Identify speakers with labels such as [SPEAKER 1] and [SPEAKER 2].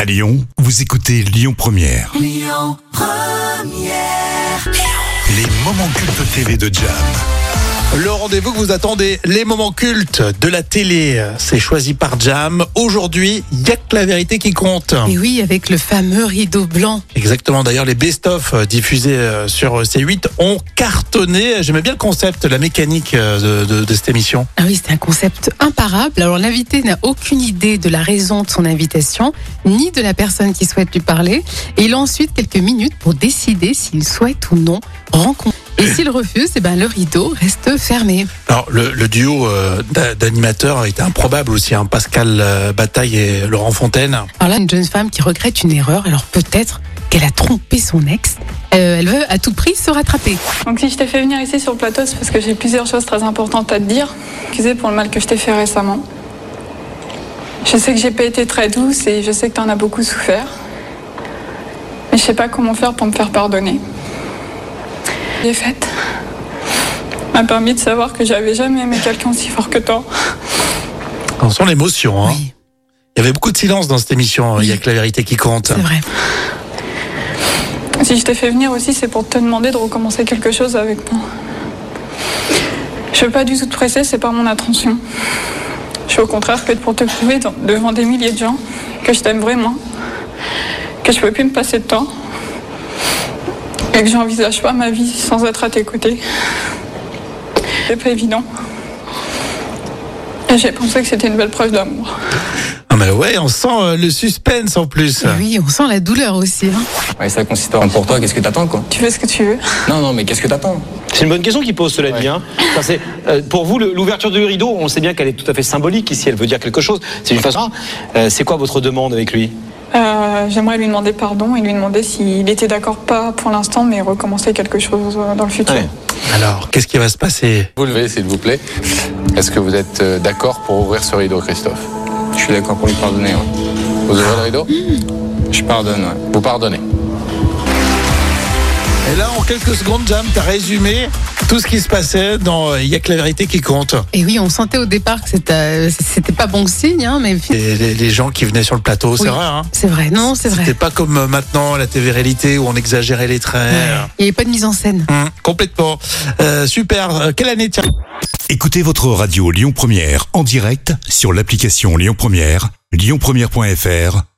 [SPEAKER 1] À Lyon, vous écoutez Lyon Première. Les moments cultes TV de Jam.
[SPEAKER 2] Le rendez-vous que vous attendez, les moments cultes de la télé, c'est choisi par Jam. Aujourd'hui, il n'y a que la vérité qui compte.
[SPEAKER 3] Et oui, avec le fameux rideau blanc.
[SPEAKER 2] Exactement, d'ailleurs, les best-of euh, diffusés euh, sur euh, C8 ont cartonné. J'aimais bien le concept, la mécanique euh, de, de- de cette émission.
[SPEAKER 3] Ah oui, c'est un concept imparable. Alors l'invité n'a aucune idée de la raison de son invitation, ni de la personne qui souhaite lui parler. Et il a ensuite quelques minutes pour décider s'il souhaite ou non rencontrer. Et s'il refuse, eh ben, le rideau reste fermé.
[SPEAKER 2] Alors, le, le duo euh, d'a- d'animateurs était improbable aussi, hein, Pascal euh, Bataille et Laurent Fontaine.
[SPEAKER 3] Alors là, une jeune femme qui regrette une erreur, alors peut-être qu'elle a trompé son ex. Euh, elle veut à tout prix se rattraper.
[SPEAKER 4] Donc si je t'ai fait venir ici sur le plateau, c'est parce que j'ai plusieurs choses très importantes à te dire. Excusez pour le mal que je t'ai fait récemment. Je sais que j'ai pas été très douce et je sais que t'en as beaucoup souffert. Mais je sais pas comment faire pour me faire pardonner. J'ai faite m'a permis de savoir que j'avais jamais aimé quelqu'un si fort que toi.
[SPEAKER 2] Attention l'émotion. Hein.
[SPEAKER 3] Oui,
[SPEAKER 2] Il y avait beaucoup de silence dans cette émission, il n'y a que la vérité qui compte.
[SPEAKER 3] c'est vrai.
[SPEAKER 4] Si je t'ai fait venir aussi, c'est pour te demander de recommencer quelque chose avec moi. Je veux pas du tout te presser, c'est pas mon intention. Je veux au contraire que pour te prouver dans- devant des milliers de gens que je t'aime vraiment, que je peux plus me passer de temps et que j'envisage pas ma vie sans être à tes côtés. C'est pas évident. Et j'ai pensé que c'était une belle preuve d'amour.
[SPEAKER 2] Ah bah ouais, on sent euh, le suspense en plus.
[SPEAKER 3] Et oui, on sent la douleur aussi. hein.
[SPEAKER 5] Ouais, ça consiste en pour toi, qu'est-ce que t'attends quoi
[SPEAKER 4] Tu fais ce que tu veux.
[SPEAKER 5] Non, non, mais qu'est-ce que t'attends
[SPEAKER 6] C'est une bonne question qu'il pose, cela dit. hein. Enfin, c'est, euh, pour vous, le- l'ouverture du rideau, on sait bien qu'elle est tout à fait symbolique ici, elle veut dire quelque chose. C'est une façon. Euh, c'est quoi votre demande avec lui
[SPEAKER 4] Euh, J'aimerais lui demander pardon et lui demander s'il était d'accord, pas pour l'instant, mais recommencer quelque chose euh, dans le futur.
[SPEAKER 6] Ouais.
[SPEAKER 2] Alors, qu'est-ce qui va se passer
[SPEAKER 7] Vous levez, s'il vous plaît. Est-ce que vous êtes euh, d'accord pour ouvrir ce rideau, Christophe
[SPEAKER 5] Je suis d'accord pour lui pardonner. ouais.
[SPEAKER 7] Vous ouvrez le rideau
[SPEAKER 5] Je pardonne. ouais.
[SPEAKER 7] Vous pardonnez.
[SPEAKER 2] Et là, en quelques secondes, Jam, t'as résumé tout ce qui se passait dans euh, Il y a que la vérité qui compte.
[SPEAKER 3] Et oui, on sentait au départ que c'était euh, c'était pas bon signe, hein, mais finalement,
[SPEAKER 2] Et les, les gens qui venaient sur le plateau, c'est
[SPEAKER 3] Oui.
[SPEAKER 2] rare. Hein
[SPEAKER 3] c'est vrai. Non, c'est vrai.
[SPEAKER 2] C'était pas comme euh, maintenant la TV-réalité où on exagérait les traits.
[SPEAKER 3] Ouais. Il n'y avait pas de mise en scène.
[SPEAKER 2] Hum, complètement. Euh, super. Euh, quelle année tiens
[SPEAKER 1] Écoutez votre radio Lyon Première en direct sur l'application Lyon Première, lyonpremière.fr